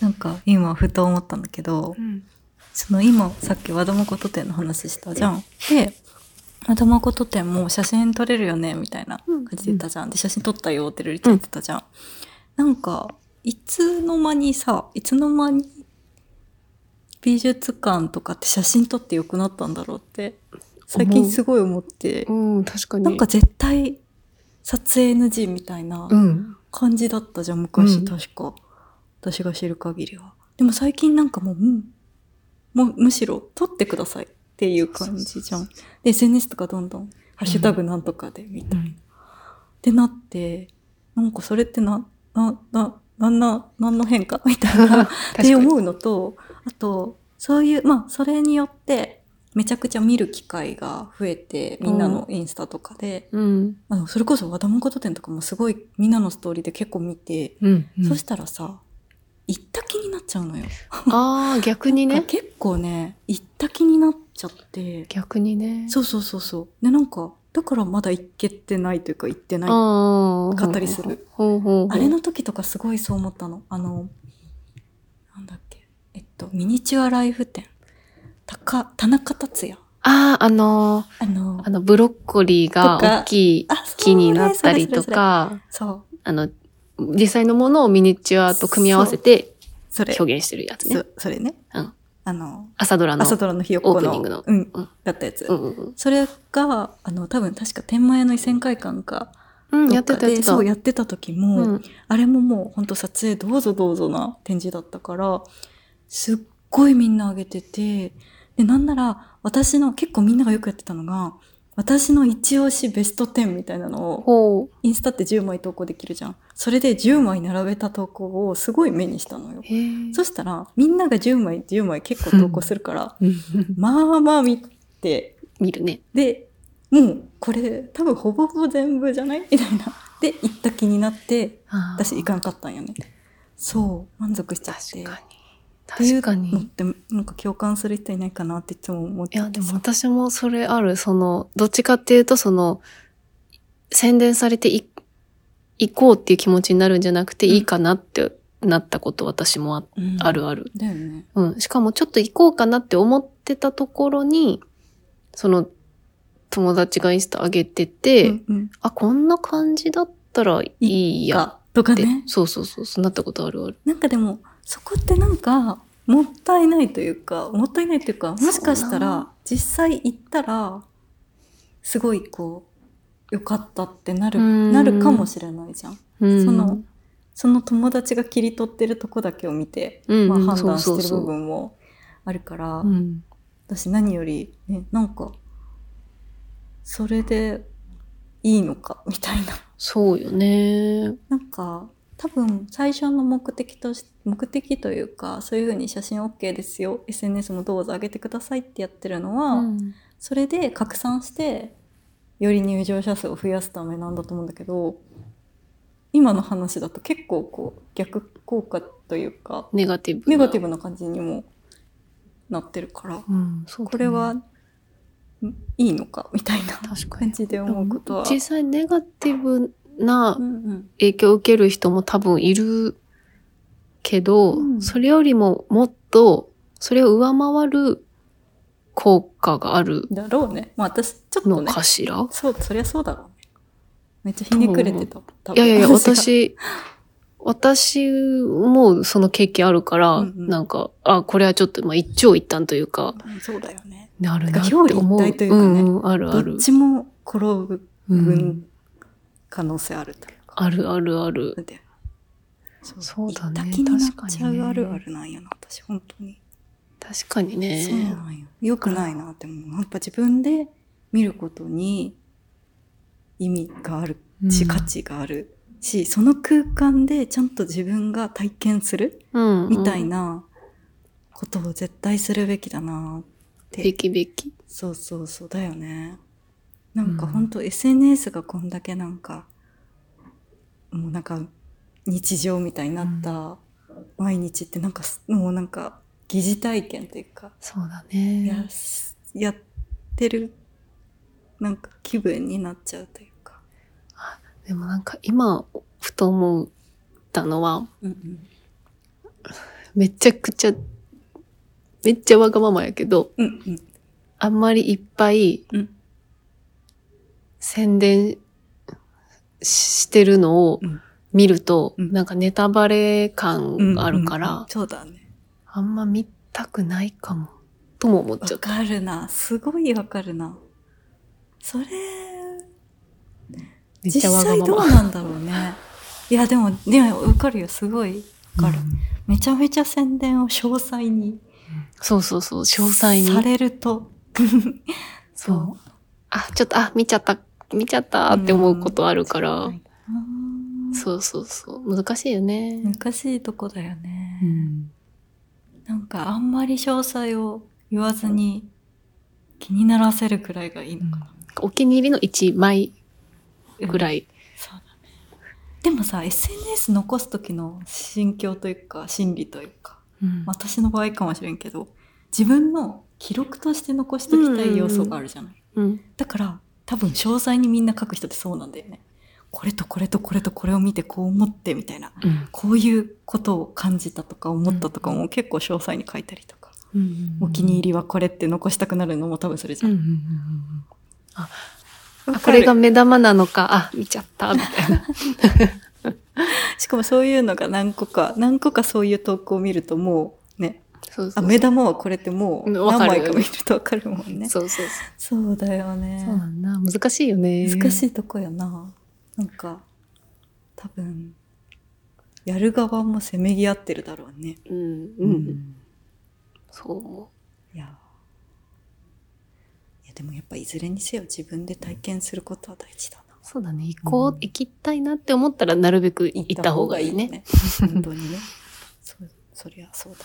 なんか今ふと思ったんだけど、うんその今さっき和田誠展の話したじゃん。で和田誠展も写真撮れるよねみたいな感じで言ったじゃん。で写真撮ったよってルリちゃん言ってたじゃん。なんかいつの間にさいつの間に美術館とかって写真撮ってよくなったんだろうって最近すごい思ってうん、確かに。なんか絶対撮影 NG みたいな。うん。感じだったじゃん昔、うん確か私が知る限りはでも最近なんかもう、うん、もうむしろ撮ってくださいっていう感じじゃんで SNS とかどんどん「ハッシュタグなんとかで」みたいな、ってなってなんかそれってななななんな何の変化み たいなって思うのとあとそういうまあそれによってめちゃくちゃ見る機会が増えてみんなのインスタとかで、うん。あのそれこそ和田誠展とかもすごいみんなのストーリーで結構見て、うん。そしたらさ行った気になっちゃうのよ、ああ、逆になんねか。結構ね行った気になっちゃって逆にね。そうそうそうそうでなんかだからまだ行けてないというか行ってないああ。買ったりする。ほうほうほう。あれの時とかすごいそう思ったのあのなんだっけえっとミニチュアライフ展たか田中達也ああ、あのあのー、あの、ブロッコリーがとか大きいあそう木になったりそれそれとそれか、そうあの、実際のものをミニチュアと組み合わせてそれ表現してるやつねそ。それね、うんあの朝ドラの。朝ドラのひよっこのオープニングのうんうんだったやつ、うんうんそれがあの多分確か天満屋の異仙会館かうん。うん、やどっかてたでやってた。そうやってた時も、うんあれももうほんと撮影どうぞどうぞな展示だったからすっごいみんなあげててでなんなら私の結構みんながよくやってたのが私の一押しベスト10みたいなのをほう。インスタって10枚投稿できるじゃんそれで10枚並べた投稿をすごい目にしたのよへえ。そしたらみんなが10枚10枚結構投稿するからうんまあまあ見て見るね。でもうこれ多分ほぼほぼ全部じゃないみ たいなで行った気になってあー私行かなかったんよねそう満足しちゃって確かっていに。確うかのにっ。てなんか共感する人いないかなっていつも思っいてや、でてもさ私もそれある。その、どっちかっていうと、その、宣伝されてい、行こうっていう気持ちになるんじゃなくて、うんいいかなってなったこと私もあうんあるある。だよねうん。しかもちょっと行こうかなって思ってたところに、その、友達がインスタ上げてて、うんうんあ、こんな感じだったらいいやとかって、ねそうそうそう、そうなったことあるある。なんかでもそこってなんかもったいないというかもったいないというかもしかしたそうだらな実際行ったらすごいこうよかったってなうるんなるかもしれないじゃんうん。その、その友達が切り取ってるとこだけを見て、うんまあ、うん判断そしうてるそうそう部分もあるからうん。私何より、ね、なんかそれでいいのかみたいな そうよね。なんか多分最初の目的とし目的というかそういう風に写真 OK ですよ SNS もどうぞ上げてくださいってやってるのは、うんそれで拡散してより入場者数を増やすためなんだと思うんだけど今の話だと結構こう逆効果というかネガティブな。ネガティブな感じにもなってるからうん、そうだねこれは、んいいのかみたいな確か感に。じで思うことは。実際ネガティブなうんうん影響を受ける人も多分いるけど、うんそれよりももっとそれを上回る効果があるだろうね。まあ私ちょっとのねかしら、そうそりゃそうだろうね。めっちゃひねくれてた。多い分やいや いや、が私、私もその経験あるから、うんうんなんか、あ、これはちょっと、まあ一長一短というか、うんそうだよね。なるなって表裏思一う。体というかねんん、あるどあっる。ちも転ぶうん、可能性あるというか。あるあるある。でそうそうだね行った気になっちゃ確かにうねあるあるなんやな、私本当に、確かにね。そうなんよよくないなってもうやっぱ自分で見ることに意味があるし、うん価値があるしその空間でちゃんと自分が体験するうん、みたい。なことを絶対するべきだなって、べきべき。そうそうそうだよねなんかうん本当、SNS がこんだけなんかもうなんか日常みたいになった毎日ってなんかすもうなんか疑似体験というか、そうだやね。すやってるなんか気分になっちゃうというか、でもなんか今、ふと思ったのは、うんめちゃくちゃ、めっちゃわがままやけど、うんうん。あんまりいっぱいうん、宣伝ししてるのをうん見ると、うんなんかネタバレ感があるかうんうんうらん、そうだね。あんま見たくないかも、とも思っわちゃった。かるな。すごいわかるな。それ、めっちゃわがま実際どまう。なんだろうね。いや、でも、でも、わかるよ。すごいわかる。うんめちゃめちゃ宣伝を詳細に。そうそうそう、詳細さに。れると。 そう。あ、ちょっと、あ、見ちゃった、見ちゃったって思うことあるから、うんうんそうそうそう、難しいよね。難しいとこだよね。うんなんかあんまり詳細を言わずに気にならせるくらいがいいのかな。お気に入りの1枚ぐらい。い。そうだね。でもさ、SNS 残す時の心境というか、心理というか、うん私の場合かもしれんけど、自分の記録として残しときたい要素があるじゃない。うんだから、多分詳細にみんな書く人ってそうなんだよね。これとこれとこれとこれを見てこう思ってみたいな。こういうことを感じたとか思ったとかも結構詳細に書いたりとか。お気に入り。りはこれって残したくなるのも多分それじうゃんん。うんうんうんあこれが目玉なのか、あ、見ちゃった、みたいな。しかもそういうのが何個か、何個かそういう投稿を見るともうね、そうそあ、う。目玉はこれってもううんわ何かる枚か見るとわかるもんね。そうそうそう。そうだよねそう。なんだ。難しいよね。難しいとこやな。なんか、多分、やる側もせめぎ合ってるだろうね。い。うん、うん。そう思いや。いやでもやっぱいずれにせよ自分で体験することは大事だなう。。そうだね。行こう、行きたいなって思ったら、なるべく行った方がいいね。。本当にね。そう、そりゃそうだ。